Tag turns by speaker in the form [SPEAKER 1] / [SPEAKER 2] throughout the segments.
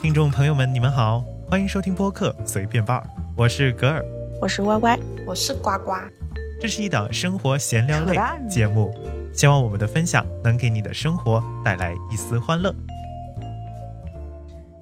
[SPEAKER 1] 听众朋友们，你们好，欢迎收听播客随便吧，我是格尔，
[SPEAKER 2] 我是歪歪，
[SPEAKER 3] 我是呱呱。
[SPEAKER 1] 这是一档生活闲聊类
[SPEAKER 2] 扯淡
[SPEAKER 1] 节目，希望我们的分享能给你的生活带来一丝欢乐。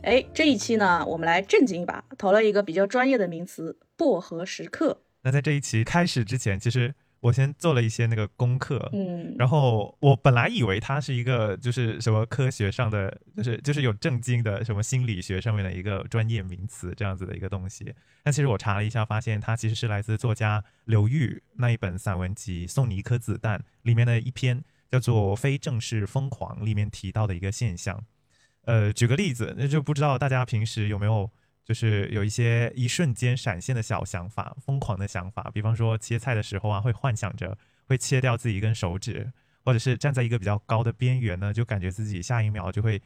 [SPEAKER 4] 哎，这一期呢，我们来正经一把，投了一个比较专业的名词——薄荷时刻。
[SPEAKER 1] 那在这一期开始之前，其实我先做了一些那个功课，
[SPEAKER 4] 嗯，
[SPEAKER 1] 然后我本来以为它是一个就是什么科学上的，就是就是有正经的什么心理学上面的一个专业名词这样子的一个东西。但其实我查了一下，发现它其实是来自作家刘玉那一本散文集《送你一颗子弹》里面的一篇叫做《非正式疯狂》里面提到的一个现象。呃，举个例子，那就不知道大家平时有没有就是有一些一瞬间闪现的小想法、疯狂的想法，比方说切菜的时候啊，会幻想着会切掉自己一根手指，或者是站在一个比较高的边缘呢，就感觉自己下一秒就会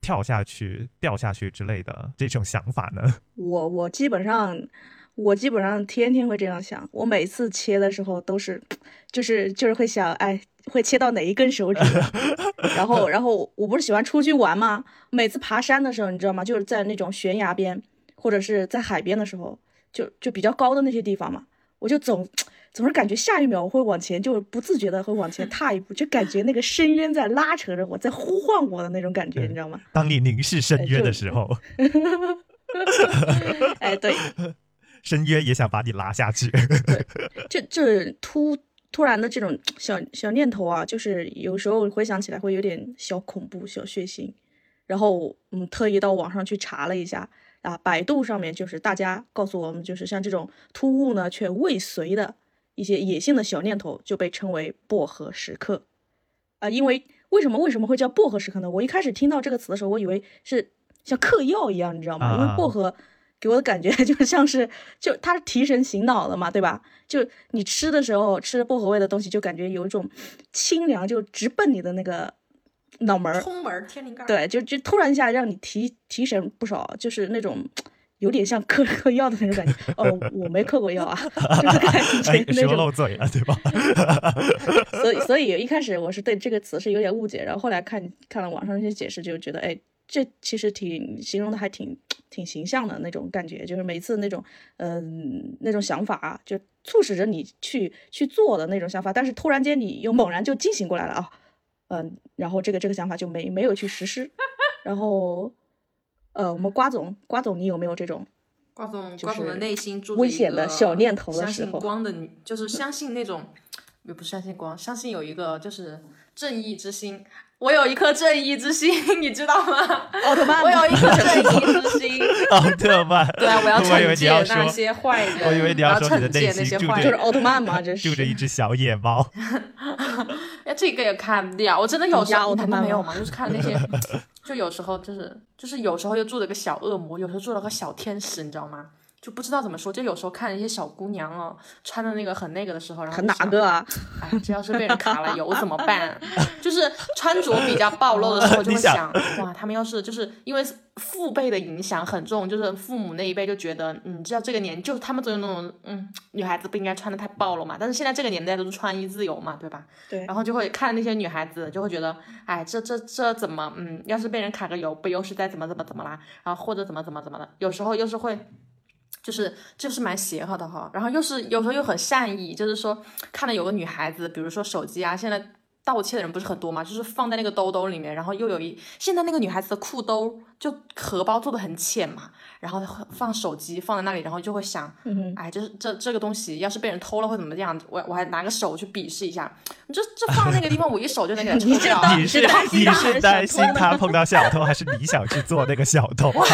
[SPEAKER 1] 跳下去、掉下去之类的这种想法呢？
[SPEAKER 4] 我我基本上，我基本上天天会这样想。我每次切的时候都是，就是就是会想，哎，会切到哪一根手指？然后然后我不是喜欢出去玩吗？每次爬山的时候，你知道吗？就是在那种悬崖边，或者是在海边的时候，就就比较高的那些地方嘛，我就总总是感觉下一秒我会往前，就不自觉的会往前踏一步，就感觉那个深渊在拉扯着我，在呼唤我的那种感觉，
[SPEAKER 1] 对
[SPEAKER 4] 你知道吗？
[SPEAKER 1] 当你凝视深渊的时候，
[SPEAKER 4] 哎，对，
[SPEAKER 1] 深渊也想把你拉下去。
[SPEAKER 4] 这这突突然的这种小小念头啊，就是有时候回想起来会有点小恐怖、小血腥。然后嗯，特意到网上去查了一下啊，百度上面就是大家告诉我们，就是像这种突兀呢却未遂的一些野性的小念头，就被称为薄荷时刻啊。因为为什么为什么会叫薄荷时刻呢？我一开始听到这个词的时候，我以为是像嗑药一样，你知道吗？因
[SPEAKER 1] 啊
[SPEAKER 4] 为薄荷给我的感觉 就像是就它是提神醒脑的嘛，对吧？就你吃的时候吃薄荷味的东西，就感觉有一种清凉，就直奔你的那个脑门儿。
[SPEAKER 3] 冲门儿天灵盖，，
[SPEAKER 4] 对，就就突然一下让你提提神不少，就是那种有点像嗑 嗑药的那种感觉。哦，我没嗑过药啊， 就 是
[SPEAKER 1] 哎
[SPEAKER 4] 感觉，那
[SPEAKER 1] 说
[SPEAKER 4] 种。
[SPEAKER 1] 漏嘴了，对吧？
[SPEAKER 4] 所以，所以一开始我是对这个词是有点误解，然后后来看看了网上那些解释，就觉得，哎，这其实挺形容的还挺挺形象的那种感觉，就是每次那种，嗯、那种想法啊，就促使着你去去做的那种想法，但是突然间你又猛然就惊醒过来了啊，嗯、然后这个这个想法就没没有去实施，然后，呃，我们瓜总，瓜总，你有没有这种？
[SPEAKER 3] 瓜总，
[SPEAKER 4] 就是
[SPEAKER 3] 瓜总的内心住着
[SPEAKER 4] 危
[SPEAKER 3] 一
[SPEAKER 4] 险的
[SPEAKER 3] 个
[SPEAKER 4] 小念头的
[SPEAKER 3] 相
[SPEAKER 4] 时
[SPEAKER 3] 信
[SPEAKER 4] 候
[SPEAKER 3] 光的女，就是相信那种，也不是相信光，相信有一个就是正义之心。我有一颗正义之心， 你知道吗？
[SPEAKER 4] 奥特 曼
[SPEAKER 3] 我有一颗正
[SPEAKER 4] 个
[SPEAKER 3] 义 之心。
[SPEAKER 1] 奥特曼，
[SPEAKER 3] 对啊，我要
[SPEAKER 1] 我以为
[SPEAKER 3] 惩
[SPEAKER 1] 你
[SPEAKER 3] 戒
[SPEAKER 1] 要说
[SPEAKER 3] 那些坏人，
[SPEAKER 1] 我以为你要
[SPEAKER 3] 要
[SPEAKER 1] 说你的
[SPEAKER 3] 惩
[SPEAKER 1] 内
[SPEAKER 3] 戒
[SPEAKER 1] 心
[SPEAKER 3] 那些
[SPEAKER 1] 住着
[SPEAKER 4] 就
[SPEAKER 3] 坏
[SPEAKER 4] 是
[SPEAKER 3] 人。
[SPEAKER 4] 奥特曼嘛，这
[SPEAKER 1] 住着一
[SPEAKER 4] 是。
[SPEAKER 1] 只小野猫。
[SPEAKER 3] 哎，这个也看不了，我真的有时
[SPEAKER 4] 你家
[SPEAKER 3] 候
[SPEAKER 4] 奥特
[SPEAKER 3] 难道
[SPEAKER 4] 曼
[SPEAKER 3] 没有
[SPEAKER 4] 吗
[SPEAKER 3] 吗？就是看那些，就有时候就是就是有时候又住了个小恶魔，有时候住了个小天使，你知道吗？就不知道怎么说，就有时候看一些小姑娘哦，穿的那个很那个的时候，然后
[SPEAKER 4] 很
[SPEAKER 3] 就
[SPEAKER 4] 哪
[SPEAKER 3] 想
[SPEAKER 4] 个啊？
[SPEAKER 3] 哎，这要是被人卡了油怎么办？就是穿着比较暴露的时候，就
[SPEAKER 1] 哦你
[SPEAKER 3] 会
[SPEAKER 1] 想
[SPEAKER 3] 想，哇，他们要是就是因为父辈的影响很重，就是父母那一辈就觉得，嗯，知道这个年，就是他们总有那种，嗯，女孩子不应该穿的太暴露嘛。但是现在这个年代都是穿衣自由嘛，对吧？
[SPEAKER 4] 对
[SPEAKER 3] 然后就会看那些女孩子，就会觉得，哎，这这这怎么，嗯，要是被人卡个油，不又是在怎么怎么怎么啦，然后或者怎么怎么怎么的，有时候又是会。就是就是蛮邪恶的哈，然后又是有时候又很善意，就是说看到有个女孩子，比如说手机啊，现在盗窃的人不是很多嘛，就是放在那个兜兜里面，然后又有一现在那个女孩子的裤兜就荷包做的很浅嘛，然后放手机放在那里，然后就会想，
[SPEAKER 4] 嗯哼，
[SPEAKER 3] 哎，这这这个东西要是被人偷了会怎么样？我我还拿个手去比试一下，你这这放那个地方，我一手就能给它
[SPEAKER 4] 你
[SPEAKER 3] 抽
[SPEAKER 4] 这
[SPEAKER 3] 掉。
[SPEAKER 4] 当
[SPEAKER 1] 你是
[SPEAKER 4] 是担心
[SPEAKER 1] 你
[SPEAKER 4] 他还
[SPEAKER 1] 是
[SPEAKER 4] 是
[SPEAKER 1] 担
[SPEAKER 4] 小
[SPEAKER 1] 心
[SPEAKER 4] 偷呢
[SPEAKER 1] 他碰到小偷，还是你想去做那个小偷啊？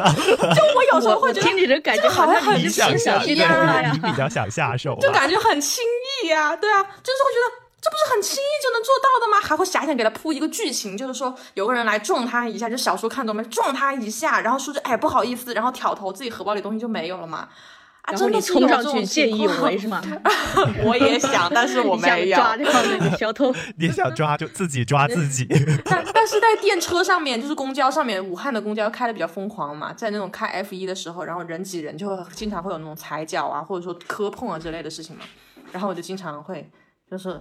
[SPEAKER 3] 我有时候
[SPEAKER 4] 我
[SPEAKER 3] 会
[SPEAKER 4] 我
[SPEAKER 3] 觉
[SPEAKER 4] 听
[SPEAKER 3] 得，
[SPEAKER 4] 你的感觉好像
[SPEAKER 3] 好像
[SPEAKER 1] 你
[SPEAKER 4] 你
[SPEAKER 1] 想
[SPEAKER 4] 是
[SPEAKER 1] 下，
[SPEAKER 4] 想
[SPEAKER 1] 对
[SPEAKER 4] 去
[SPEAKER 3] 一啊样
[SPEAKER 4] 干嘛
[SPEAKER 1] 你
[SPEAKER 4] 呀？
[SPEAKER 1] 你比较想下手吧，
[SPEAKER 3] 就感觉很轻易呀、对啊，就是会觉得。这不是很轻易就能做到的吗？还会想想给他铺一个剧情，就是说有个人来撞他一下，就小说看多没撞他一下，然后说句哎不好意思，然后挑头自己荷包里东西就没有了嘛。啊，
[SPEAKER 4] 然后
[SPEAKER 3] 真的
[SPEAKER 4] 你
[SPEAKER 3] 是有
[SPEAKER 4] 冲上
[SPEAKER 3] 这
[SPEAKER 4] 去
[SPEAKER 3] 种
[SPEAKER 4] 见义
[SPEAKER 3] 情
[SPEAKER 4] 勇
[SPEAKER 3] 况
[SPEAKER 4] 为是吗？
[SPEAKER 3] 我也想，但是 我
[SPEAKER 4] 你想
[SPEAKER 3] 没有。
[SPEAKER 4] 抓这个那个小偷，
[SPEAKER 1] 你想抓就自己抓自己。
[SPEAKER 3] 但但是在电车上面，就是公交上面，武汉的公交开的比较疯狂嘛，在那种开 F 一的时候，然后人挤人，就会经常会有那种踩脚啊，或者说磕碰啊之类的事情嘛。然后我就经常会就是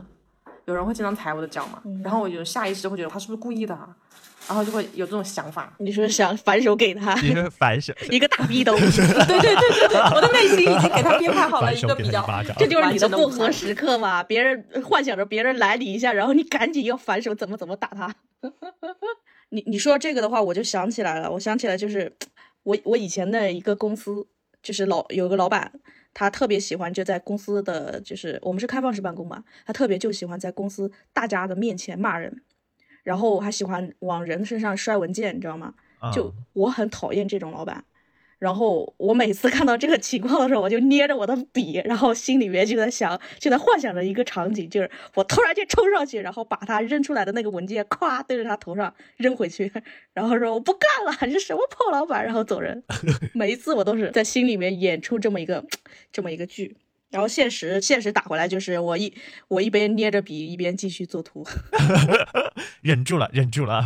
[SPEAKER 3] 有人会经常踩我的脚嘛，然后我就下意识会觉得他是不是故意的啊、然后就会有这种想法。
[SPEAKER 4] 你说想反手给 他
[SPEAKER 1] 你是反手
[SPEAKER 4] 一个大逼兜，
[SPEAKER 3] 对对对对对，我的内心已经给他编排好了
[SPEAKER 1] 反
[SPEAKER 3] 一
[SPEAKER 1] 手
[SPEAKER 3] 个
[SPEAKER 1] 给
[SPEAKER 3] 比
[SPEAKER 1] 他
[SPEAKER 3] 较
[SPEAKER 1] 一巴掌，
[SPEAKER 4] 这就是你的
[SPEAKER 3] 完整
[SPEAKER 4] 不
[SPEAKER 3] 舞
[SPEAKER 4] 合
[SPEAKER 3] 台
[SPEAKER 4] 时刻嘛？别人幻想着别人来你一下，然后你赶紧要反手怎么怎么打他。 你你说这个的话，我就想起来了，我想起来就是我我以前的一个公司，就是老有个老板，他特别喜欢就在公司的就是我们是开放式办公嘛，他特别就喜欢在公司大家的面前骂人，然后还喜欢往人身上摔文件，你知道吗？
[SPEAKER 1] 嗯
[SPEAKER 4] 就我很讨厌这种老板。然后我每次看到这个情况的时候，我就捏着我的笔，然后心里面就在想，就在幻想着一个场景，就是我突然间冲上去，然后把他扔出来的那个文件，咵对着他头上扔回去，然后说我不干了，你是什么破老板，然后走人。每一次我都是在心里面演出这么一个这么一个剧，然后现实现实打回来就是我一我一边捏着笔一边继续做图。
[SPEAKER 1] 忍住了，忍住了，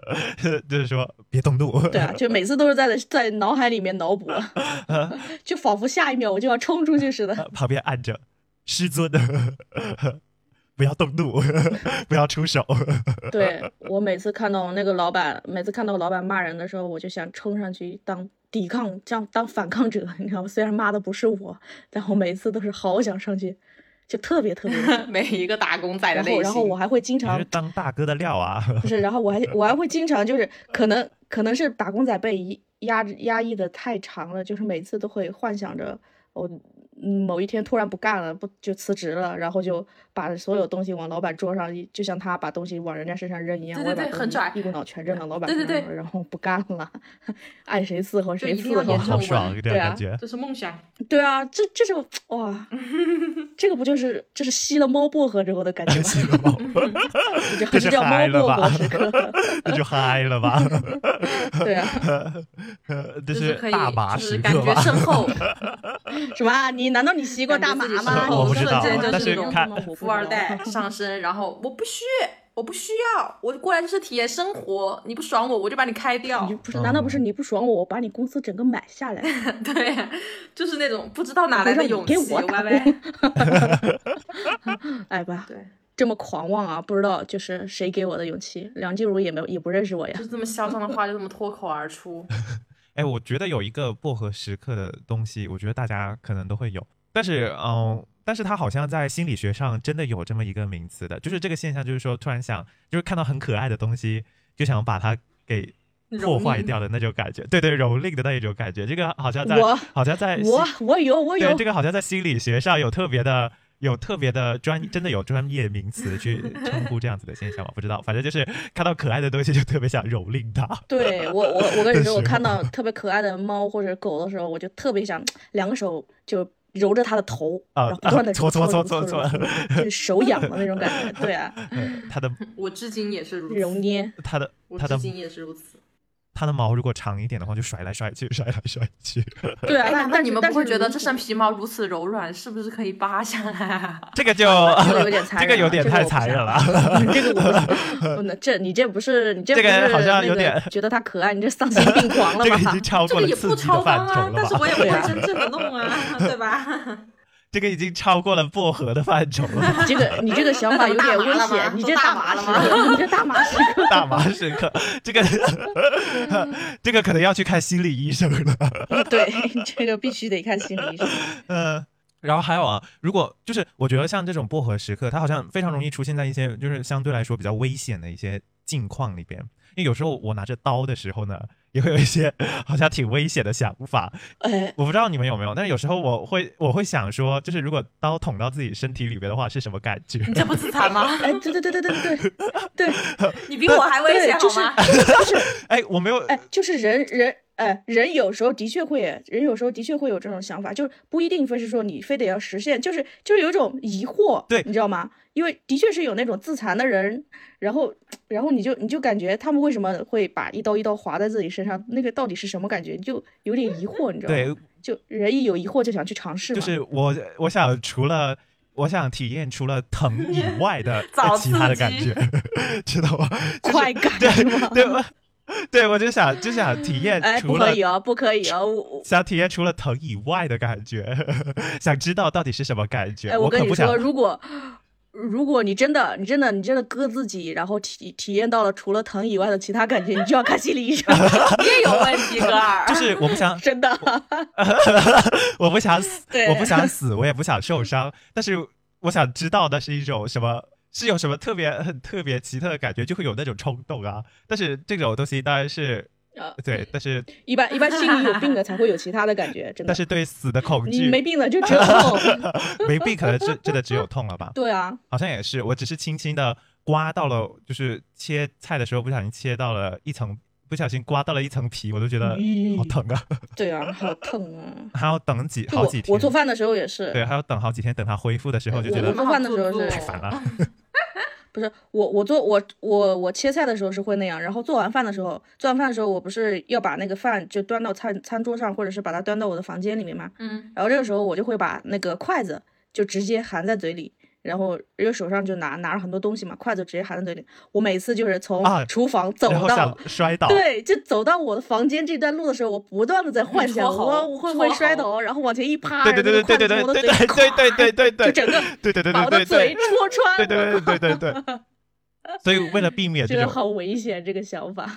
[SPEAKER 1] 就是说别动怒。
[SPEAKER 4] 对啊，就每次都是在在脑海里面脑补，就仿佛下一秒我就要冲出去似 的。
[SPEAKER 1] 旁边按着师尊， 不要动怒， 不要出手。
[SPEAKER 4] 对我每次看到那个老板，每次看到老板骂人的时候，我就想冲上去当抵抗，这样当反抗者，你知道吗？虽然骂的不是我，但我每次都是好想上去，就特别 特别地想。
[SPEAKER 3] 每一个打工仔的
[SPEAKER 4] 然
[SPEAKER 3] 内
[SPEAKER 4] 后，
[SPEAKER 3] 心。
[SPEAKER 4] 然后我还会经
[SPEAKER 1] 你
[SPEAKER 4] 常
[SPEAKER 1] 是当大哥的料啊！
[SPEAKER 4] 不是，然后我还我还会经常就是可能可能是打工仔被抑压制压抑的太长了，就是每次都会幻想着我嗯某一天突然不干了，不就辞职了，然后就把所有东西往老板桌上一，就像他把东西往人家身上扔一样，
[SPEAKER 3] 对对
[SPEAKER 4] 我也
[SPEAKER 3] 对
[SPEAKER 4] 把
[SPEAKER 3] 很
[SPEAKER 4] 东
[SPEAKER 3] 拽
[SPEAKER 4] 西一股脑全扔到老板
[SPEAKER 3] 对
[SPEAKER 4] 身
[SPEAKER 3] 对
[SPEAKER 4] 上了，
[SPEAKER 3] 对
[SPEAKER 4] 然后不干了，爱谁伺候谁
[SPEAKER 3] 一定
[SPEAKER 4] 伺
[SPEAKER 3] 要
[SPEAKER 4] 候
[SPEAKER 3] 严重
[SPEAKER 1] 好
[SPEAKER 4] 好。
[SPEAKER 1] 爽，这
[SPEAKER 4] 对
[SPEAKER 1] 种
[SPEAKER 4] 啊
[SPEAKER 1] 感觉。
[SPEAKER 3] 这是梦想，
[SPEAKER 4] 对啊，这这是哇， 这个不就是这是吸了猫薄荷之后的感觉 吗？ 这还
[SPEAKER 1] 这
[SPEAKER 4] 是
[SPEAKER 1] 是
[SPEAKER 4] 叫
[SPEAKER 1] 嗨
[SPEAKER 4] 猫
[SPEAKER 1] 了
[SPEAKER 4] 薄荷
[SPEAKER 1] 吧
[SPEAKER 4] 时刻。？
[SPEAKER 1] 那就嗨了吧？
[SPEAKER 4] 对啊。
[SPEAKER 1] 这
[SPEAKER 3] 就是可
[SPEAKER 1] 是
[SPEAKER 3] 以
[SPEAKER 1] 大麻
[SPEAKER 3] 就是
[SPEAKER 1] 时
[SPEAKER 3] 感
[SPEAKER 1] 刻
[SPEAKER 3] 觉
[SPEAKER 1] 吧？
[SPEAKER 3] 深厚，
[SPEAKER 4] 什么啊？你难道你吸过大麻吗？
[SPEAKER 1] 我不
[SPEAKER 4] 你
[SPEAKER 1] 知道啊
[SPEAKER 4] 瞬间
[SPEAKER 1] 但
[SPEAKER 4] 就是
[SPEAKER 1] 是
[SPEAKER 4] 那种
[SPEAKER 1] 看
[SPEAKER 4] 什么我不知
[SPEAKER 3] 富二
[SPEAKER 4] 道
[SPEAKER 3] 代 上身，然后我不需，我不需要，我过来就是体验生活，你不爽我，我就把你开掉
[SPEAKER 4] 你。不是？难道不是你不爽我，我把你公司整个买下来，
[SPEAKER 3] 对，就是那种不知道哪来
[SPEAKER 4] 让
[SPEAKER 3] 的
[SPEAKER 4] 你
[SPEAKER 3] 勇
[SPEAKER 4] 给
[SPEAKER 3] 气，
[SPEAKER 4] 我打
[SPEAKER 3] 歪歪。
[SPEAKER 4] 哎吧，
[SPEAKER 3] 对，
[SPEAKER 4] 这么狂妄啊！不知道就是谁给我的勇气。梁静茹也没有，也不认识我呀
[SPEAKER 3] 就。是这么嚣张的话，就这么脱口而出。
[SPEAKER 1] 哎，我觉得有一个薄荷时刻的东西，我觉得大家可能都会有，但是嗯、但是它好像在心理学上真的有这么一个名词的，就是这个现象，就是说突然想，就是看到很可爱的东西，就想把它给。破
[SPEAKER 3] 蹂躏
[SPEAKER 1] 坏掉的那种感觉，对对，蹂躏的那一种感觉，这个好像在
[SPEAKER 4] 我，
[SPEAKER 1] 好像在
[SPEAKER 4] 我我有我有
[SPEAKER 1] 对，这个好像在心理学上有特别的。有特别的专，真的有专业名词去称呼这样子的现象吗？不知道，反正就是看到可爱的东西就特别想蹂躏它。
[SPEAKER 4] 对我我我跟你说，我
[SPEAKER 1] 是
[SPEAKER 4] 看 到特别可爱的猫或者狗的时候，我就特别想两个手就揉着它的头，
[SPEAKER 1] 啊
[SPEAKER 4] 然后不断的
[SPEAKER 1] 啊搓搓搓搓
[SPEAKER 4] 搓
[SPEAKER 1] 搓，
[SPEAKER 4] 就是手痒的那种感觉。对 啊，
[SPEAKER 1] 呃它的
[SPEAKER 3] 我至今也是如
[SPEAKER 4] 揉
[SPEAKER 3] 此，
[SPEAKER 4] 捏。
[SPEAKER 1] 它的
[SPEAKER 3] 我
[SPEAKER 1] 它
[SPEAKER 3] 至
[SPEAKER 1] 的
[SPEAKER 3] 今也是如此。
[SPEAKER 1] 它的毛如果长一点的话，就甩来甩去，甩来甩去。
[SPEAKER 4] 对啊，
[SPEAKER 3] 哎，
[SPEAKER 4] 但
[SPEAKER 3] 难道
[SPEAKER 4] 但
[SPEAKER 3] 你
[SPEAKER 4] 是
[SPEAKER 3] 们
[SPEAKER 4] 但
[SPEAKER 3] 不会
[SPEAKER 4] 是
[SPEAKER 3] 觉得
[SPEAKER 4] 如
[SPEAKER 3] 这
[SPEAKER 4] 果
[SPEAKER 3] 身皮毛如此柔软，是不是可以扒下 来啊？
[SPEAKER 1] 这个就
[SPEAKER 4] 这个有点残
[SPEAKER 1] 这
[SPEAKER 4] 忍
[SPEAKER 1] 个
[SPEAKER 4] 了，
[SPEAKER 1] 有点太残忍了。
[SPEAKER 4] 我不想这个我不不能，这你这不是你这
[SPEAKER 1] 这
[SPEAKER 4] 不
[SPEAKER 1] 个
[SPEAKER 4] 是
[SPEAKER 1] 好像
[SPEAKER 4] 那
[SPEAKER 1] 有
[SPEAKER 4] 个
[SPEAKER 1] 点
[SPEAKER 4] 觉得他可爱，你这丧心病狂了
[SPEAKER 1] 这个已
[SPEAKER 4] 吧
[SPEAKER 1] 经？超
[SPEAKER 3] 这
[SPEAKER 1] 过
[SPEAKER 3] 个
[SPEAKER 1] 了
[SPEAKER 3] 也
[SPEAKER 1] 刺
[SPEAKER 3] 不
[SPEAKER 1] 激的
[SPEAKER 3] 超纲
[SPEAKER 1] 范
[SPEAKER 3] 啊
[SPEAKER 1] 畴，
[SPEAKER 3] 但
[SPEAKER 1] 了
[SPEAKER 3] 是
[SPEAKER 1] 吧？
[SPEAKER 3] 我也不会真正的弄啊， 对吧？
[SPEAKER 1] 这个已经超过了薄荷的范畴了 吧，
[SPEAKER 4] 这个你这个想法有点危
[SPEAKER 3] 大麻了吗
[SPEAKER 4] 险，你这
[SPEAKER 3] 说
[SPEAKER 4] 大
[SPEAKER 3] 大
[SPEAKER 4] 麻
[SPEAKER 3] 麻
[SPEAKER 4] 时
[SPEAKER 3] 了
[SPEAKER 4] 刻，你这大麻时刻，
[SPEAKER 1] 大麻时刻，这个 这个可能要去看心理医生了。
[SPEAKER 4] 对，这个必须得看心理医生。
[SPEAKER 1] 呃，然后还有啊，如果就是我觉得像这种薄荷时刻，它好像非常容易出现在一些就是相对来说比较危险的一些境况里边。因为有时候我拿着刀的时候呢，也会有一些好像挺危险的想法。
[SPEAKER 4] 哎，
[SPEAKER 1] 我不知道你们有没有，但是有时候我会我会想说，就是如果刀捅到自己身体里边的话，是什么感觉？
[SPEAKER 3] 你这不自残吗？
[SPEAKER 4] 哎，对对对对对对对对，
[SPEAKER 3] 你比我还危险
[SPEAKER 4] 对就
[SPEAKER 3] 好
[SPEAKER 4] 是
[SPEAKER 3] 吗？
[SPEAKER 1] 哎，我没有，
[SPEAKER 4] 哎，就是人人。哎，人有时候的确会，人有时候的确会有这种想法，就是不一定非是说你非得要实现，就是就是有一种疑惑，
[SPEAKER 1] 对
[SPEAKER 4] 你知道吗？因为的确是有那种自残的人，然后然后你就你就感觉他们为什么会把一刀一刀划在自己身上，那个到底是什么感觉？你就有点疑惑，你知道吗？
[SPEAKER 1] 对，
[SPEAKER 4] 就人一有疑惑就想去尝试嘛，
[SPEAKER 1] 就是我我想除了。我想体验除了疼以外 的
[SPEAKER 3] 找
[SPEAKER 1] 其他的
[SPEAKER 3] 刺
[SPEAKER 1] 感
[SPEAKER 3] 激
[SPEAKER 1] 觉， 知道吗？就是
[SPEAKER 4] 快感
[SPEAKER 1] 对
[SPEAKER 4] 是吗？
[SPEAKER 1] 对我，对我就想就想体验
[SPEAKER 4] 哎，不
[SPEAKER 1] 除了
[SPEAKER 4] 可以哦，不可以哦，我我
[SPEAKER 1] 想体验除了疼 以外的感觉，想知道到底是什么感觉。
[SPEAKER 4] 哎，我
[SPEAKER 1] 可
[SPEAKER 4] 跟你
[SPEAKER 1] 不想
[SPEAKER 4] 说，如果如果你真的，你真的，你真的割自己，然后体体验到了除了疼以外的其他感觉，你就要看心理医生。
[SPEAKER 3] 你也有问题，哥儿。
[SPEAKER 1] 就是我不 想，
[SPEAKER 4] 真的，
[SPEAKER 1] 我不想死，
[SPEAKER 4] 对
[SPEAKER 1] 我不想死，我也不想受伤，但是我想知道的是一种什么。是有什么特别很特别奇特的感觉，就会有那种冲动啊。但是这种东西当然是
[SPEAKER 4] 呃，
[SPEAKER 1] 对，但是
[SPEAKER 4] 一般一般心里有病的才会有其他的感觉，真的
[SPEAKER 1] 但。是对死的恐
[SPEAKER 4] 你
[SPEAKER 1] 惧，
[SPEAKER 4] 嗯没病了就只有痛。
[SPEAKER 1] 没病可能是真的只有痛了吧？
[SPEAKER 4] 对啊，
[SPEAKER 1] 好像也是，我只是轻轻的刮到了，就是切菜的时候不小心切到了一层，不小心刮到了一层皮，我都觉得
[SPEAKER 4] 咦
[SPEAKER 1] 好疼啊！
[SPEAKER 4] 对啊，好 痛啊！
[SPEAKER 1] 还要等几
[SPEAKER 4] 嗯就
[SPEAKER 1] 好
[SPEAKER 4] 我
[SPEAKER 1] 几天，
[SPEAKER 4] 我做饭的时候也是，
[SPEAKER 1] 对，还要等好几天，等它恢复的时候就觉
[SPEAKER 4] 我
[SPEAKER 1] 得
[SPEAKER 4] 做饭的时候是
[SPEAKER 1] 太烦了。
[SPEAKER 4] 不是我我做我我我切菜的时候是会那样，然后做完饭的时候，做完饭的时候我不是要把那个饭就端到餐餐桌上，或者是把它端到我的房间里面嘛，
[SPEAKER 3] 嗯，
[SPEAKER 4] 然后这个时候我就会把那个筷子就直接含在嘴里。然后，因为手上就拿拿着很多东西嘛，筷子直接含在嘴里。我每次就是从
[SPEAKER 1] 啊
[SPEAKER 4] 厨房走
[SPEAKER 1] 然后
[SPEAKER 4] 到、
[SPEAKER 1] 想摔倒，
[SPEAKER 4] 对，就走到我的房间这段路的时候，我不断的在幻想
[SPEAKER 3] 搓
[SPEAKER 4] 我
[SPEAKER 3] 喉
[SPEAKER 4] 我会不会
[SPEAKER 3] 搓
[SPEAKER 4] 摔
[SPEAKER 3] 喉
[SPEAKER 4] 倒，然后往前一趴，
[SPEAKER 1] 对对对对对对
[SPEAKER 4] 然后那
[SPEAKER 1] 对
[SPEAKER 4] 个筷
[SPEAKER 1] 对
[SPEAKER 4] 子从我
[SPEAKER 1] 对对
[SPEAKER 4] 的嘴里
[SPEAKER 1] 对对对，
[SPEAKER 4] 就整个
[SPEAKER 1] 对对对
[SPEAKER 4] 把
[SPEAKER 1] 对
[SPEAKER 4] 我的
[SPEAKER 1] 对对
[SPEAKER 4] 嘴戳穿，
[SPEAKER 1] 对对对对对 对。所以为了避免
[SPEAKER 4] 觉
[SPEAKER 1] 这
[SPEAKER 4] 得
[SPEAKER 1] 种，
[SPEAKER 4] 好危险这个想法。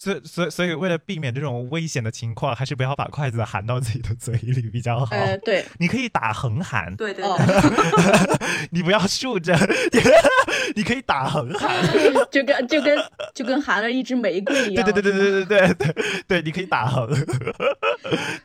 [SPEAKER 1] 所以所以所以为了避免这种危险的情况，还是不要把筷子含到自己的嘴里比较好。
[SPEAKER 4] 呃，对，
[SPEAKER 1] 你可以打横含，
[SPEAKER 3] 对对
[SPEAKER 4] 哦，
[SPEAKER 3] 对，
[SPEAKER 1] 你不要竖 着，你可以打横喊。
[SPEAKER 4] 就跟就跟就跟含了一只玫瑰一
[SPEAKER 1] 对
[SPEAKER 4] 样。嗯
[SPEAKER 1] 对对对对对对对对，你可以打横。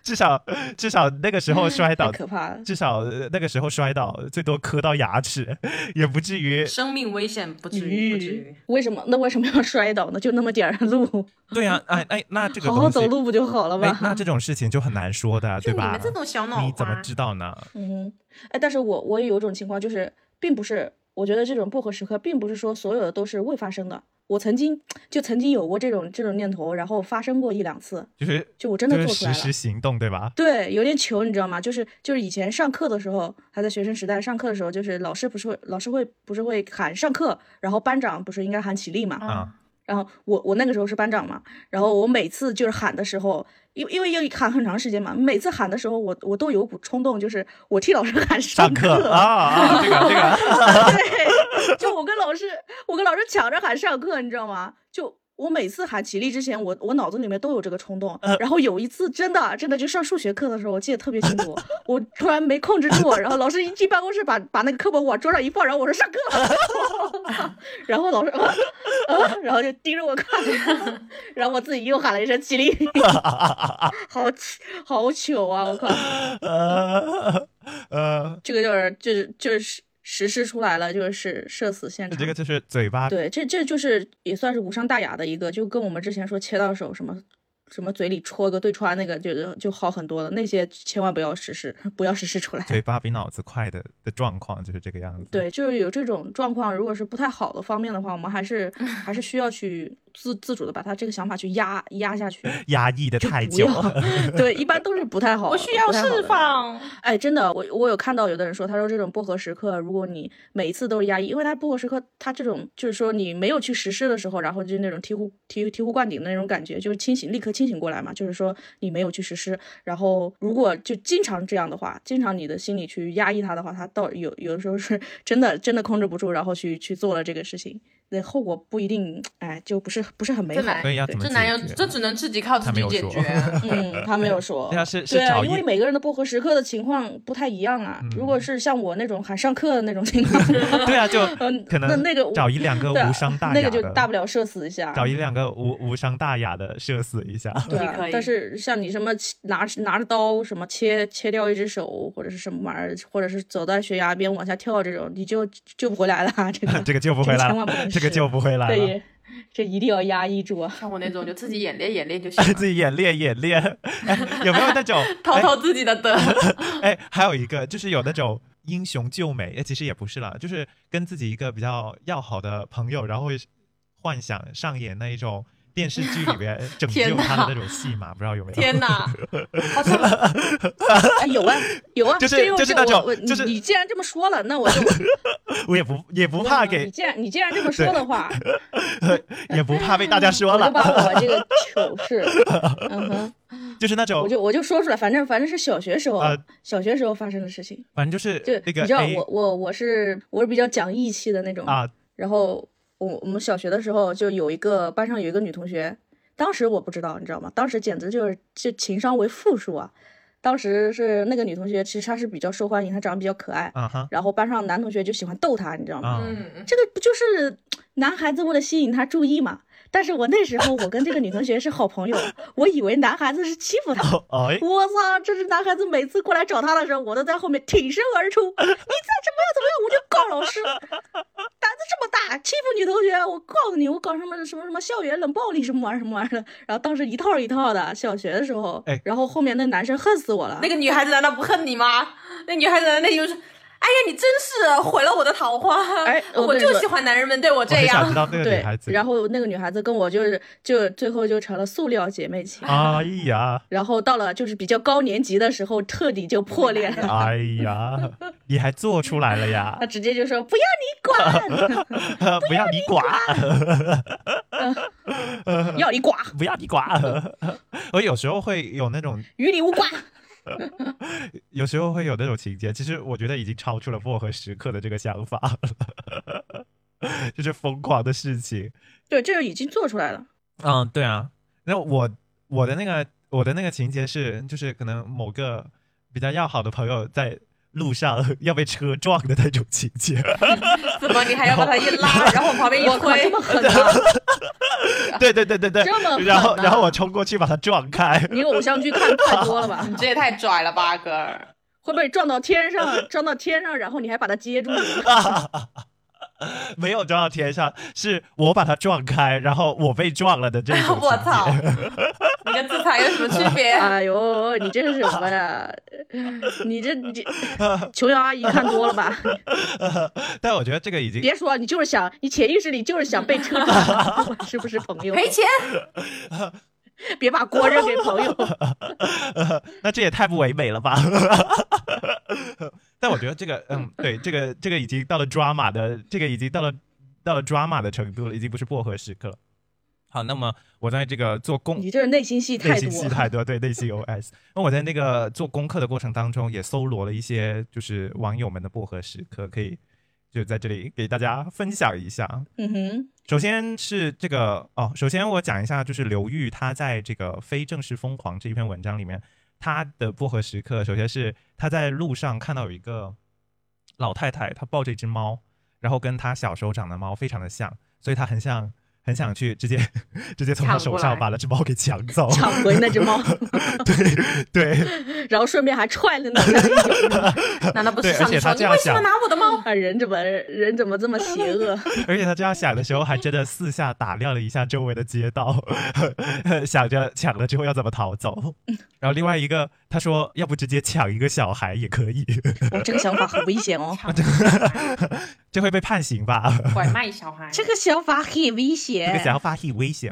[SPEAKER 1] 至少至少那个时候摔
[SPEAKER 4] 嗯太
[SPEAKER 1] 倒，
[SPEAKER 4] 可怕了。
[SPEAKER 1] 至少呃那个时候摔倒最多磕到牙齿，也不至 于。
[SPEAKER 3] 生命危险不至于，不至于。
[SPEAKER 4] 为什么？那为什么要摔倒呢？就那么点儿路，
[SPEAKER 1] 对啊，哎哎，那这个
[SPEAKER 4] 好好
[SPEAKER 1] 东
[SPEAKER 4] 走
[SPEAKER 1] 西，
[SPEAKER 4] 路不就好了
[SPEAKER 1] 哎
[SPEAKER 4] 吗，？
[SPEAKER 1] 那这种事情就很难说的，对
[SPEAKER 3] 就你
[SPEAKER 1] 吧
[SPEAKER 3] 们？这种小脑
[SPEAKER 1] 你怎么
[SPEAKER 3] 瓜
[SPEAKER 1] 知道呢？
[SPEAKER 4] 嗯，哎，但是我我也有一种情况，就是并不是，我觉得这种不合时刻，并不是说所有的都是未发生的。我曾经就曾经有过这种这种念头，然后发生过一两次，
[SPEAKER 1] 就是
[SPEAKER 4] 就 我真的
[SPEAKER 1] 就是
[SPEAKER 4] 做出来
[SPEAKER 1] 实
[SPEAKER 4] 了。
[SPEAKER 1] 时行动，对吧？
[SPEAKER 4] 对，有点糗，你知道吗？就是就是以前上课的时候，还在学生时代上课的时候，就是老师不是会老师会不是会喊上课，然后班长不是应该喊起立嘛？
[SPEAKER 1] 啊，
[SPEAKER 4] 然后我我那个时候是班长嘛，然后我每次就是喊的时候，因为因为要喊很长时间嘛，每次喊的时候我我都有股冲动，就是我替老师 喊
[SPEAKER 1] 上
[SPEAKER 4] 课
[SPEAKER 1] 课啊啊，这个这个，
[SPEAKER 4] 对，就我跟老师，我跟老师抢着喊上课，你知道吗？就我每次喊起立之前，我我脑子里面都有这个冲动。
[SPEAKER 1] 嗯
[SPEAKER 4] 然后有一次，真的真的就上数学课的时候，我记得特别清 楚，我突然没控制住，然后老师一进办公室把把那个课本往桌上一放，然后我说上课了， 然后老师、啊啊，然后就盯着我看， 然后我自己又喊了一声起 立，好气好糗啊！我靠。
[SPEAKER 1] 呃 呃，
[SPEAKER 4] 这个就是就是就是实施出来了，就是社死现场。
[SPEAKER 1] 这个就是嘴
[SPEAKER 3] 啊
[SPEAKER 1] 巴
[SPEAKER 4] 对，这这就是也算是无伤大雅的一个，就跟我们之前说切到手什么什么嘴里戳个对穿那个，就就好很多了。那些千万不要实施，不要实施出来。
[SPEAKER 1] 嘴巴比脑子快的的状况就是这个样子。
[SPEAKER 4] 对，就是有这种状况，如果是不太好的方面的话，我们还 是还是需要去自自主的把他这个想法去压压下去，
[SPEAKER 1] 压抑的
[SPEAKER 4] 就
[SPEAKER 1] 太
[SPEAKER 4] 不
[SPEAKER 1] 久
[SPEAKER 4] 要。 对，一般都是不太好。
[SPEAKER 3] 我需要
[SPEAKER 4] 不太好的
[SPEAKER 3] 释放。
[SPEAKER 4] 哎，真的，我我有看到有的人说，他说这种薄荷时刻，如果你每一次都是压抑，因为他薄荷时刻，他这种就是说你没有去实施的时候，然后就那种醍醐醍醍醐灌顶的那种感觉，就是清醒，立刻清醒过来嘛，就是说你没有去实施，然后如果就经常这样的话，经常你的心里去压抑他的话，他到有有的时候是真的真的控制不住，然后去去做了这个事情，那后果不一定，哎，就不是不是很美
[SPEAKER 3] 真
[SPEAKER 4] 好
[SPEAKER 3] 来。
[SPEAKER 1] 所以要怎么
[SPEAKER 3] 这
[SPEAKER 1] 解
[SPEAKER 3] 男友
[SPEAKER 1] 决？
[SPEAKER 3] 这只能自己靠自
[SPEAKER 1] 他没
[SPEAKER 3] 己
[SPEAKER 1] 有
[SPEAKER 3] 解
[SPEAKER 1] 说，
[SPEAKER 3] 决。啊
[SPEAKER 4] 嗯，他没有 说
[SPEAKER 1] 对啊是是
[SPEAKER 4] 对啊，
[SPEAKER 1] 找
[SPEAKER 4] 因
[SPEAKER 1] 一
[SPEAKER 4] 为每个人的薄荷时刻的情况不太一样啊。如果是像我那种喊上课的那种情 况，
[SPEAKER 1] 对啊，就
[SPEAKER 4] 嗯
[SPEAKER 1] 可能
[SPEAKER 4] 那那个
[SPEAKER 1] 找一两个
[SPEAKER 4] 对啊
[SPEAKER 1] 无伤大雅
[SPEAKER 4] 那
[SPEAKER 1] 的，
[SPEAKER 4] 个就大不了社死一下。
[SPEAKER 1] 找一两个 无无伤大雅的射死一下。
[SPEAKER 4] 对
[SPEAKER 3] 你
[SPEAKER 4] 啊
[SPEAKER 3] 可以，
[SPEAKER 4] 但是像你什么切拿拿着刀什么切切掉一只手或者是什么玩意儿，或者是走在悬崖边往下跳这种，你就救不回来了啊。这个
[SPEAKER 1] 这个救不回来
[SPEAKER 4] 千万不能
[SPEAKER 1] 了，这个
[SPEAKER 4] 试
[SPEAKER 1] 救不回来了。
[SPEAKER 4] 对，这一定要压抑住啊。
[SPEAKER 3] 像我那种就自己演练演练就行
[SPEAKER 1] 自
[SPEAKER 3] 了，
[SPEAKER 1] 己演练演练，哎，有没有那 种
[SPEAKER 3] 掏掏自己的德。
[SPEAKER 1] 哎，还有一个就是有那种英雄救美，哎，其实也不是啦，就是跟自己一个比较要好的朋友，然后会幻想上演那一种电视剧里边拯救
[SPEAKER 3] 天
[SPEAKER 1] 他的
[SPEAKER 3] 哪
[SPEAKER 1] 那种戏码，不知道有没有？
[SPEAKER 3] 天 哪，好像
[SPEAKER 4] 哎，有啊有啊，
[SPEAKER 1] 就是
[SPEAKER 4] 这又
[SPEAKER 1] 就是那种
[SPEAKER 4] 我我
[SPEAKER 1] 就是
[SPEAKER 4] 你你既然这么说了，那我就
[SPEAKER 1] 我也不也 不怕
[SPEAKER 4] 你
[SPEAKER 1] 给，
[SPEAKER 4] 既然你既然这么说的话，
[SPEAKER 1] 也不怕被大家说
[SPEAKER 4] 我
[SPEAKER 1] 了
[SPEAKER 4] 就。把我这个糗事，嗯哼，
[SPEAKER 1] 就是那种
[SPEAKER 4] 我就我就说出来，反正反正是小学时候，
[SPEAKER 1] 啊
[SPEAKER 4] 小学时候发生的事情。
[SPEAKER 1] 反正就是
[SPEAKER 4] 就
[SPEAKER 1] 那个
[SPEAKER 4] 你知道
[SPEAKER 1] A
[SPEAKER 4] 我我我是我是比较讲义气的那种
[SPEAKER 1] 啊，
[SPEAKER 4] 然后我我们小学的时候就有一个班上有一个女同学，当时我不知道，你知道吗？当时简直就是就情商为负数啊！当时是那个女同学，其实她是比较受欢迎，她长得比较可爱，
[SPEAKER 1] 啊哈
[SPEAKER 4] 然后班上男同学就喜欢逗她，你知道吗？
[SPEAKER 1] 啊，
[SPEAKER 3] 嗯，
[SPEAKER 4] 这个不就是男孩子为了吸引她注意嘛？但是我那时候我跟这个女同学是好朋 友，我以为男孩子是欺负她，
[SPEAKER 1] 哦哦哎
[SPEAKER 4] 我操！这是男孩子每次过来找他的时候，我都在后面挺身而出。 你再怎么样怎么样，我就告 老师。胆子这么大，欺负女同学，我告诉你，我搞什么什么什么校园冷暴力什么玩意儿什么玩意儿的。然后当时一套一套的，小学的时候，
[SPEAKER 1] 哎
[SPEAKER 4] 然后后面那男生恨死我了。
[SPEAKER 3] 那个女孩子难道不恨你吗？那女孩子难道内心就是，哎呀，你真是毁了我的桃花！
[SPEAKER 4] 哎我
[SPEAKER 3] 我
[SPEAKER 4] 跟你
[SPEAKER 3] 就
[SPEAKER 4] 说
[SPEAKER 3] 喜欢男人哦们对我这
[SPEAKER 1] 我很想知
[SPEAKER 3] 样。
[SPEAKER 1] 道那个女
[SPEAKER 4] 对
[SPEAKER 1] 孩，子，
[SPEAKER 4] 然后那个女孩子跟我就是就最后就成了塑料姐妹情。
[SPEAKER 1] 哎呀
[SPEAKER 4] 然后到了就是比较高年级的时候，彻底就破裂了。
[SPEAKER 1] 哎呀，你还做出来了呀
[SPEAKER 4] 他，直接就说不要你管，
[SPEAKER 1] 不要你管。
[SPEAKER 4] 要你管，
[SPEAKER 1] 不要你管。 我有时候会有那种，
[SPEAKER 4] 与你无关。
[SPEAKER 1] 有时候会有那种情节，其实我觉得已经超出了薄荷时刻的这个想法 了，就是疯狂的事情。
[SPEAKER 4] 对，这个已经做出来了。
[SPEAKER 1] 嗯，对啊。那我我的那个我的那个情节是，就是可能某个比较要好的朋友在路上要被车撞的那种情节，
[SPEAKER 3] 怎么你还要把她一拉，然后往旁边一
[SPEAKER 4] 我靠，
[SPEAKER 3] 推
[SPEAKER 4] 这？么狠啊！
[SPEAKER 1] 对对对对对
[SPEAKER 4] 这么。狠
[SPEAKER 1] 然后然后
[SPEAKER 4] 啊
[SPEAKER 1] 我冲过去把他撞开，
[SPEAKER 4] 你偶像剧看太多 了吧？
[SPEAKER 3] 你这也太拽了吧，哥儿！
[SPEAKER 4] 会被撞到天上，撞到天上，然后你还把它接住。
[SPEAKER 1] 没有撞到天上，是我把他撞开，然后我被撞了的这种。
[SPEAKER 3] 我操！你跟自残有什么区别？
[SPEAKER 4] 哎呦，你这是什么呀？你这你这琼瑶阿姨看多了吧？
[SPEAKER 1] 但我觉得这个已经，
[SPEAKER 4] 别说，你就是想，你潜意识里就是想被车撞， 我是不是朋友？
[SPEAKER 3] 赔钱！
[SPEAKER 4] 别把锅扔给 朋友。
[SPEAKER 1] 那这也太不唯美了吧？但我觉得这个，嗯，对，这个这个已经到了 drama 的，这个已经到了到了 drama 的程度了，已经不是薄荷时刻了。好，那么我在这个做功
[SPEAKER 4] 你这内心戏
[SPEAKER 1] 内
[SPEAKER 4] 太
[SPEAKER 1] 心
[SPEAKER 4] 多
[SPEAKER 1] 戏
[SPEAKER 4] 了。
[SPEAKER 1] 太多，对内心 OS。那我在那个做功课的过程当中，也搜罗了一些就是网友们的薄荷时刻，可以就在这里给大家分享一下。
[SPEAKER 4] 嗯哼，
[SPEAKER 1] 首先是这个哦，首先我讲一下，就是刘玉他在这个《非正式疯狂》这一篇文章里面，他的薄荷时刻，首先是他在路上看到有一个老太太，她抱着一只猫，然后跟他小时候长的猫非常的像，所以他很想很想去直接直接从他
[SPEAKER 3] 抢
[SPEAKER 1] 手
[SPEAKER 3] 过来
[SPEAKER 1] 上把 那只猫给抢走，
[SPEAKER 4] 抢回那只猫，
[SPEAKER 1] 哦对对，
[SPEAKER 4] 然后顺便还踹了那家一脚。
[SPEAKER 3] 难道不是
[SPEAKER 1] 对而
[SPEAKER 3] 上
[SPEAKER 1] 且
[SPEAKER 3] 去
[SPEAKER 1] 他
[SPEAKER 3] 说
[SPEAKER 1] 这
[SPEAKER 3] 你
[SPEAKER 1] 样
[SPEAKER 3] 为什么
[SPEAKER 1] 想
[SPEAKER 3] 拿我的猫？
[SPEAKER 4] 啊，人怎么人怎么这么邪恶？
[SPEAKER 1] 而且他这样想的时候，还真的四下打量了一下周围的街道， 想着抢了之后要怎么逃走。然后另外一个，他说要不直接抢一个小孩也可以，
[SPEAKER 4] 我这个想法很危险哦。
[SPEAKER 3] 抢小 孩
[SPEAKER 1] 这会被判刑吧？
[SPEAKER 3] 拐卖小孩，
[SPEAKER 4] 这个想法很危
[SPEAKER 1] 这个
[SPEAKER 4] 险。
[SPEAKER 1] 想法很危险。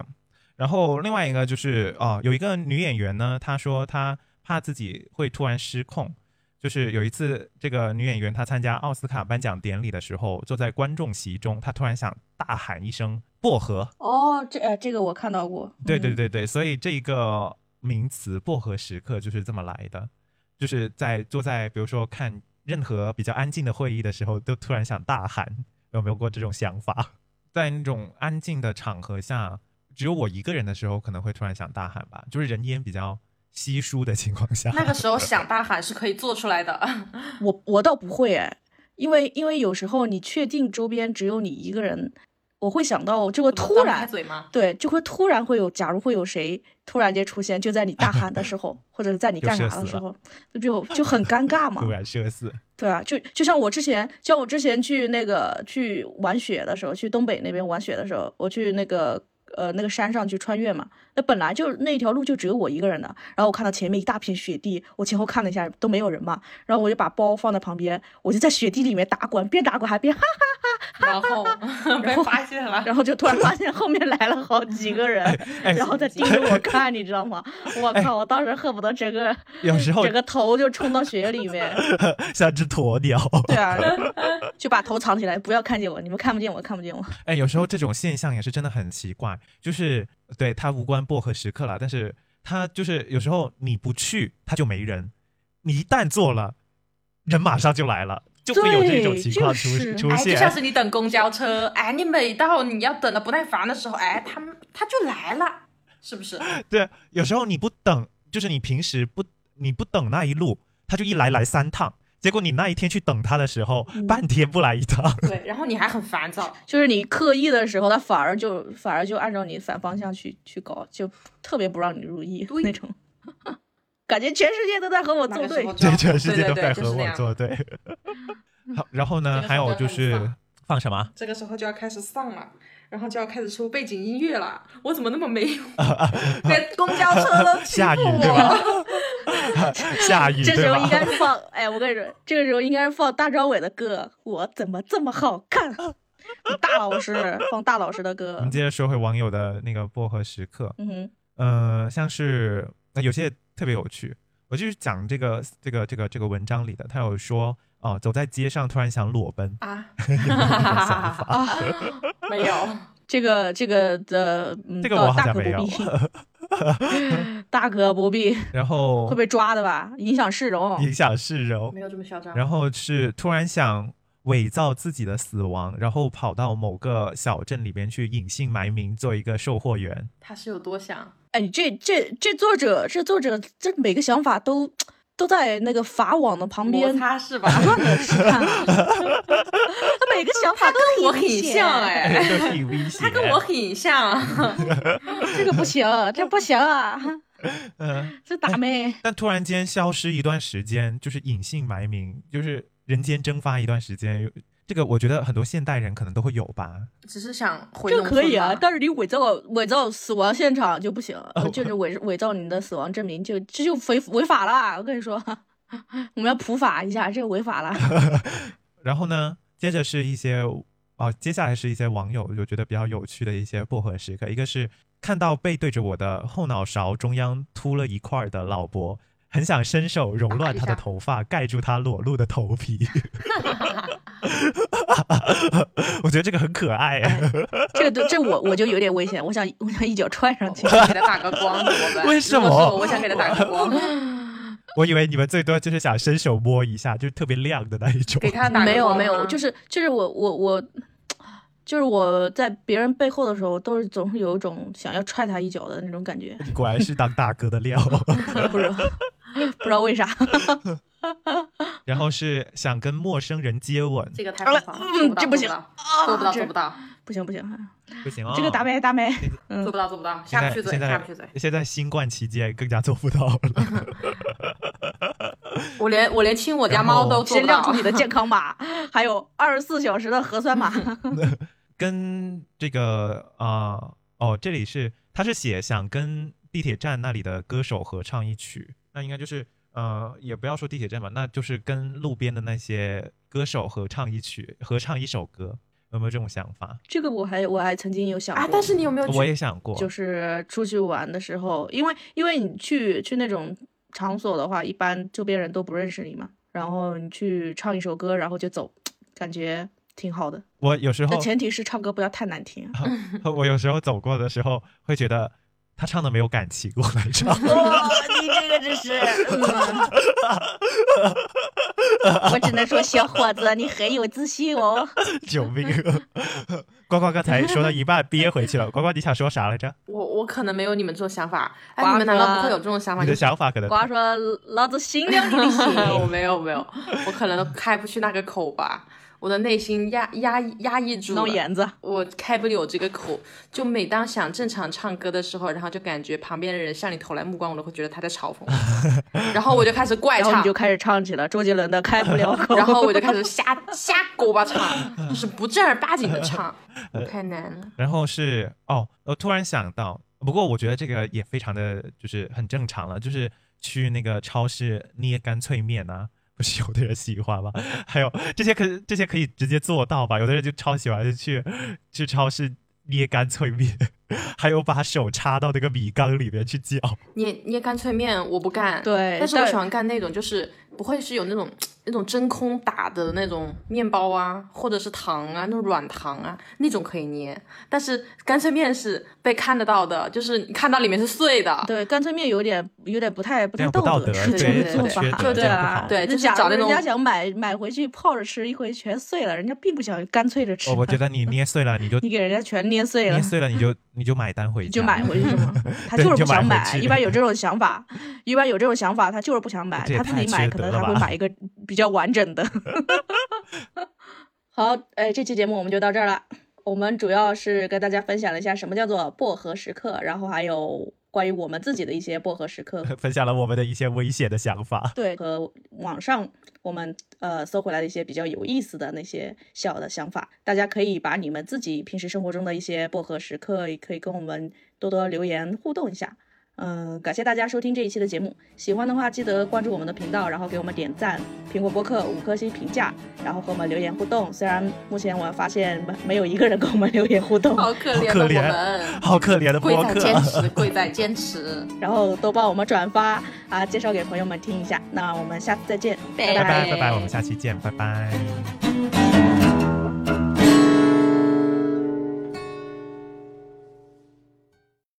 [SPEAKER 1] 然后另外一个就是哦，有一个女演员呢，她说她怕自己会突然失控。就是有一次，这个女演员她参加奥斯卡颁奖典礼的时候，坐在观众席中，她突然想大喊一声“薄荷”，
[SPEAKER 4] 哦，这呃，这个我看到过。
[SPEAKER 1] 对对
[SPEAKER 4] 嗯，
[SPEAKER 1] 对对，所以这一个名词“薄荷时刻”就是这么来的，就是在坐在比如说看任何比较安静的会议的时候，都突然想大喊，有没有过这种想法？在那种安静的场合下，只有我一个人的时候，可能会突然想大喊吧，就是人烟比较稀疏的情况 下，
[SPEAKER 3] 那个时候想大喊是可以做出来的。
[SPEAKER 4] 嗯我我倒不会哎，因为因为有时候你确定周边只有你一个人，我会想到就会 突
[SPEAKER 3] 张不开
[SPEAKER 4] 然
[SPEAKER 3] 嘴吗？
[SPEAKER 4] 对，就会突然会有，假如会有谁突然间出现，就在你大喊的时候，或者是在你
[SPEAKER 1] 就
[SPEAKER 4] 干
[SPEAKER 1] 社
[SPEAKER 4] 啥
[SPEAKER 1] 死
[SPEAKER 4] 的时
[SPEAKER 1] 了
[SPEAKER 4] 候，就就很尴尬嘛
[SPEAKER 1] 突。然社 死，
[SPEAKER 4] 对啊，就就像我之前，像我之前去那个去玩雪的时候，去东北那边玩雪的时候，我去那个呃那个山上去穿越嘛，那本来就那条路就只有我一个人的，然后我看到前面一大片雪地，我前后看了一下都没有人嘛，然后我就把包放在旁边，我就在雪地里面打滚，边打滚还边哈哈，
[SPEAKER 3] 然 后被发现了，
[SPEAKER 4] 然后就突然发现后面来了好几个人，
[SPEAKER 1] 哎
[SPEAKER 4] 然后在盯着我看，你知道吗？我靠，我当时恨不得 整个
[SPEAKER 1] 有时候
[SPEAKER 4] 整个头就冲到雪里面。
[SPEAKER 1] 像只鸵鸟。
[SPEAKER 4] 对啊，就把头藏起来，不要看见我，你们看不见我，看不见我。
[SPEAKER 1] 哎，有时候这种现象也是真的很奇怪，就是对它无关薄荷时刻啦，但是它就是有时候你不去，它就没人；你一旦做了，人马上就来了，就会有这种
[SPEAKER 4] 对
[SPEAKER 1] 情况
[SPEAKER 4] 就
[SPEAKER 1] 出、
[SPEAKER 4] 是
[SPEAKER 1] 出
[SPEAKER 3] 哎，就
[SPEAKER 1] 现。
[SPEAKER 3] 像是你等公交车，哎，你每到你要等的不耐烦的时候，哎，他们他就来了，是不是？
[SPEAKER 1] 对，有时候你不等，就是你平时不你不等那一路，他就一来来三趟，结果你那一天去等他的时候，
[SPEAKER 3] 嗯
[SPEAKER 1] 半天不来一趟。
[SPEAKER 3] 对，然后你还很烦躁，
[SPEAKER 4] 就是你刻意的时候，他反而就反而就按照你反方向去去搞，就特别不让你如意
[SPEAKER 3] 对
[SPEAKER 4] 那种，感觉全世界都在和我
[SPEAKER 3] 那
[SPEAKER 4] 作
[SPEAKER 3] 个时
[SPEAKER 4] 对
[SPEAKER 3] 候。就
[SPEAKER 1] 对，全世界
[SPEAKER 3] 哦对
[SPEAKER 1] 都
[SPEAKER 3] 对
[SPEAKER 1] 在
[SPEAKER 3] 就
[SPEAKER 1] 和
[SPEAKER 3] 是那
[SPEAKER 1] 我
[SPEAKER 3] 样
[SPEAKER 1] 作对。 好，然后呢，
[SPEAKER 3] 这个
[SPEAKER 1] 还
[SPEAKER 3] 时候
[SPEAKER 1] 有
[SPEAKER 3] 就
[SPEAKER 1] 就
[SPEAKER 3] 很
[SPEAKER 1] 是
[SPEAKER 3] 丧
[SPEAKER 1] 放什 么？
[SPEAKER 3] 这个时候就要开始上了，然后就要开始出背景音乐了。我怎么那么没 用？连公交车都欺
[SPEAKER 1] 下雨
[SPEAKER 3] 负我，
[SPEAKER 1] 对吧？下雨
[SPEAKER 4] 这
[SPEAKER 1] 对
[SPEAKER 4] 时候
[SPEAKER 1] 吧
[SPEAKER 4] 应？该是放，哎，我跟你说，这个时候应该是放大张伟的歌，我怎么这么好看？大老师放大老师的
[SPEAKER 1] 我
[SPEAKER 4] 歌
[SPEAKER 1] 们，接着说回网友的那个薄荷时刻。
[SPEAKER 4] 嗯哼，
[SPEAKER 1] 呃，像是那有些特别有趣，我就是讲这个这个这个这个文章里的，他有说哦、走在街上突然想裸奔
[SPEAKER 3] 啊，
[SPEAKER 1] 有没有这种想法？
[SPEAKER 3] 没有，
[SPEAKER 4] 这个这个的，嗯
[SPEAKER 1] 这个
[SPEAKER 3] 哦
[SPEAKER 1] 我好
[SPEAKER 4] 大
[SPEAKER 1] 像
[SPEAKER 4] 可
[SPEAKER 1] 没有
[SPEAKER 4] 不。 必，大可不 必，
[SPEAKER 1] 然后
[SPEAKER 4] 会被抓的吧？影响市容。
[SPEAKER 1] 影响市容
[SPEAKER 3] 没，有这么嚣张。
[SPEAKER 1] 然后是突然想伪造自己的死亡，然后跑到某个小镇里边去隐姓埋名做一个售货 员。
[SPEAKER 3] 他是有多想？
[SPEAKER 4] 哎，这这这作者，这作者，这每个想法都都在那个法网的旁
[SPEAKER 3] 摩
[SPEAKER 4] 边
[SPEAKER 3] 擦 是吧？
[SPEAKER 4] 转着试探，他每个想法都
[SPEAKER 3] 跟我很
[SPEAKER 4] 危险
[SPEAKER 3] 像，哎，
[SPEAKER 1] 都挺危险。
[SPEAKER 3] 他跟我很像。
[SPEAKER 4] 这个不行，这不行啊，
[SPEAKER 1] 嗯，
[SPEAKER 4] 这打妹。
[SPEAKER 1] 但突然间消失一段时间，就是隐姓埋名，就是人间蒸发一段时间。这个我觉得很多现代人可能都会有吧。
[SPEAKER 3] 只是想回
[SPEAKER 4] 这
[SPEAKER 3] 农
[SPEAKER 4] 可以啊，
[SPEAKER 3] 村嘛
[SPEAKER 4] 但是你伪造伪造死亡现场就不行，就是伪伪造你的死亡证明，就这就违违法了。我跟你说， 我们要普法一下，这违法了。
[SPEAKER 1] 然后呢，接着是一些啊，接下来是一些网友就觉得比较有趣的一些薄荷时刻，一个是看到背对着我的后脑勺中央秃了一块儿的老伯，很想伸手揉乱他的头发，盖住他裸露的头皮。 我觉得这个很可爱、
[SPEAKER 4] 这个对，这我我就有点危险，我想我想一脚踹上去
[SPEAKER 3] 我。想给他打个光，怎么 办？
[SPEAKER 1] 为什么
[SPEAKER 3] 如果是我我想给他打个光，
[SPEAKER 1] 我以为你们最多就是想伸手摸一下，就是特别亮的那一种。
[SPEAKER 3] 给他打个光吗。
[SPEAKER 4] 没有没有，就是就是我我我，就是我在别人背后的时候，都是总是有一种想要踹他一脚的那种感觉，
[SPEAKER 1] 你果然是当大哥的料。
[SPEAKER 4] 不知道不知道为啥。
[SPEAKER 1] 然后是想跟陌生人接吻，
[SPEAKER 3] 这个太疯狂了，
[SPEAKER 4] 嗯这不行
[SPEAKER 3] 做不到，啊
[SPEAKER 4] 这
[SPEAKER 3] 做不到，
[SPEAKER 4] 不行不行，
[SPEAKER 1] 不行哦。
[SPEAKER 4] 这个打麦打麦，嗯
[SPEAKER 3] 做不到，做不到，
[SPEAKER 1] 现
[SPEAKER 3] 下
[SPEAKER 1] 在
[SPEAKER 3] 不去嘴，
[SPEAKER 1] 现在
[SPEAKER 3] 下不去嘴。
[SPEAKER 1] 现在新冠期间更加做不到
[SPEAKER 3] 嗯
[SPEAKER 1] 了。
[SPEAKER 3] 我连我连亲我家猫都做
[SPEAKER 4] 先
[SPEAKER 3] 不
[SPEAKER 4] 亮
[SPEAKER 3] 到啊
[SPEAKER 4] 出。你的健康 码，还有二十四小时的核酸码。
[SPEAKER 1] 跟这个啊、哦，这里是他是写想跟地铁站那里的歌手合唱一曲，那应该就是呃，也不要说地铁站吧，那就是跟路边的那些歌手合唱一曲，合唱一首歌，有没有这种想法？
[SPEAKER 4] 这个我还我还曾经有想过，
[SPEAKER 3] 啊！但是你有没有
[SPEAKER 1] 我
[SPEAKER 3] 去？
[SPEAKER 1] 也想过，
[SPEAKER 4] 就是出去玩的时候，因为因为你去去那种场所的话，一般周边人都不认识你嘛，然后你去唱一首歌，然后就走，感觉挺好的。
[SPEAKER 1] 我有时候
[SPEAKER 4] 但前提是唱歌不要太难 听。啊
[SPEAKER 1] 我有时候走过的时候会觉得他唱的没有感情，我来唱。
[SPEAKER 3] 哦
[SPEAKER 4] 哇，你这个 真是，嗯、我只能说小伙子，你很有自信哦。
[SPEAKER 1] 救命！啊 呱呱刚才说到一半憋回去了。呱呱，你想说啥来着？
[SPEAKER 3] 我我可能没有你们这种想法。哎，
[SPEAKER 4] 瓜
[SPEAKER 3] 你们难道
[SPEAKER 4] 哥
[SPEAKER 3] 不会有这种想法？
[SPEAKER 1] 你的想法可能
[SPEAKER 4] 瓜说，老子心 凉你的
[SPEAKER 3] 我
[SPEAKER 4] 心。
[SPEAKER 3] 没有没有，我可能都开不去那个口吧，我的内心压压抑压抑住
[SPEAKER 4] 弄
[SPEAKER 3] 了，
[SPEAKER 4] 眼子，
[SPEAKER 3] 我开不了这个口。就每当想正常唱歌的时候，然后就感觉旁边的人向你投来目光，我都会觉得他在嘲讽我， 然后我就开始怪
[SPEAKER 4] 然后你
[SPEAKER 3] 唱
[SPEAKER 4] 就。开始唱起了周杰伦的《开不了口》，
[SPEAKER 3] 然后我 就开始瞎瞎勾巴唱，就是不正儿八经 的唱，太难了。
[SPEAKER 1] 然后是哦，我突然想到，不过我觉得这个也非常的就是很正常了，就是去那个超市捏干脆面啊， 不是有的人喜欢吗？ 还有这些可这些可以直接做到吧？有的人就超喜欢就去去超市捏干脆面， 还有把手插到那个米缸里面去搅。
[SPEAKER 3] 捏捏干脆面我不干，
[SPEAKER 4] 对
[SPEAKER 3] 但是我
[SPEAKER 4] 但
[SPEAKER 3] 喜欢干那种，就是不会是有那种那种真空打的那种面包啊，或者是糖啊，那种软糖啊，那种可以捏。但是干脆面是被看得到的，就是你看到里面是碎的，
[SPEAKER 4] 对，干脆面有点有点不太不
[SPEAKER 1] 这
[SPEAKER 4] 太
[SPEAKER 1] 样不道
[SPEAKER 4] 德，
[SPEAKER 1] 德
[SPEAKER 4] 是这
[SPEAKER 3] 对
[SPEAKER 4] 个
[SPEAKER 3] 对
[SPEAKER 4] 做
[SPEAKER 3] 对
[SPEAKER 4] 法，
[SPEAKER 1] 对这
[SPEAKER 4] 对
[SPEAKER 1] 样不
[SPEAKER 4] 啊
[SPEAKER 1] 好，
[SPEAKER 3] 对
[SPEAKER 4] 就
[SPEAKER 3] 就
[SPEAKER 4] 假
[SPEAKER 3] 找
[SPEAKER 4] 如
[SPEAKER 3] 那
[SPEAKER 4] 人
[SPEAKER 3] 种
[SPEAKER 4] 家想买买回去泡着吃，一回全碎了，人家并不想干脆 着吃
[SPEAKER 1] 我
[SPEAKER 4] 嘛，
[SPEAKER 1] 哦我觉得你捏碎了，你 就
[SPEAKER 4] 你给人家全捏碎了
[SPEAKER 1] 捏。碎了，你就你就买单回
[SPEAKER 4] 你
[SPEAKER 1] 家，
[SPEAKER 4] 就买回去是吗？他
[SPEAKER 1] 对
[SPEAKER 4] 就
[SPEAKER 1] 你
[SPEAKER 4] 是
[SPEAKER 1] 就
[SPEAKER 4] 不想
[SPEAKER 1] 买
[SPEAKER 4] 买
[SPEAKER 1] 回，去
[SPEAKER 4] 一 般有这种想法，一般有这种想法，他就是不想买
[SPEAKER 1] 这，也
[SPEAKER 4] 他自
[SPEAKER 1] 太
[SPEAKER 4] 己买
[SPEAKER 1] 缺
[SPEAKER 4] 可
[SPEAKER 1] 德
[SPEAKER 4] 能
[SPEAKER 1] 了
[SPEAKER 4] 他会
[SPEAKER 1] 吧
[SPEAKER 4] 买一个比较完整的。 好，哎，这期节目我们就到这儿了。我们主要是跟大家分享了一下什么叫做薄荷时刻，然后还有关于我们自己的一些薄荷时刻
[SPEAKER 1] 分享了我们的一些危险的想法。
[SPEAKER 4] 对，和网上我们呃搜回来的一些比较有意思的那些小的想法，大家可以把你们自己平时生活中的一些薄荷时刻，也可以跟我们多多留言互动一下。嗯、感谢大家收听这一期的节目，喜欢的话记得关注我们的频道，然后给我们点赞、苹果播客五颗星评价，然后和我们留言互动。虽然目前我发现没没有一个人跟我们留言互动，
[SPEAKER 3] 好可
[SPEAKER 1] 好
[SPEAKER 3] 怜
[SPEAKER 1] 可
[SPEAKER 3] 的
[SPEAKER 1] 怜
[SPEAKER 3] 我们，
[SPEAKER 1] 好可怜的
[SPEAKER 3] 贵
[SPEAKER 1] 播
[SPEAKER 3] 在
[SPEAKER 1] 客，
[SPEAKER 3] 坚持，贵在坚持，
[SPEAKER 4] 然后都帮我们转发啊，介绍给朋友们听一下。那我们下次再见，
[SPEAKER 1] 拜
[SPEAKER 4] 拜
[SPEAKER 1] 拜拜拜，我们下期见，拜拜。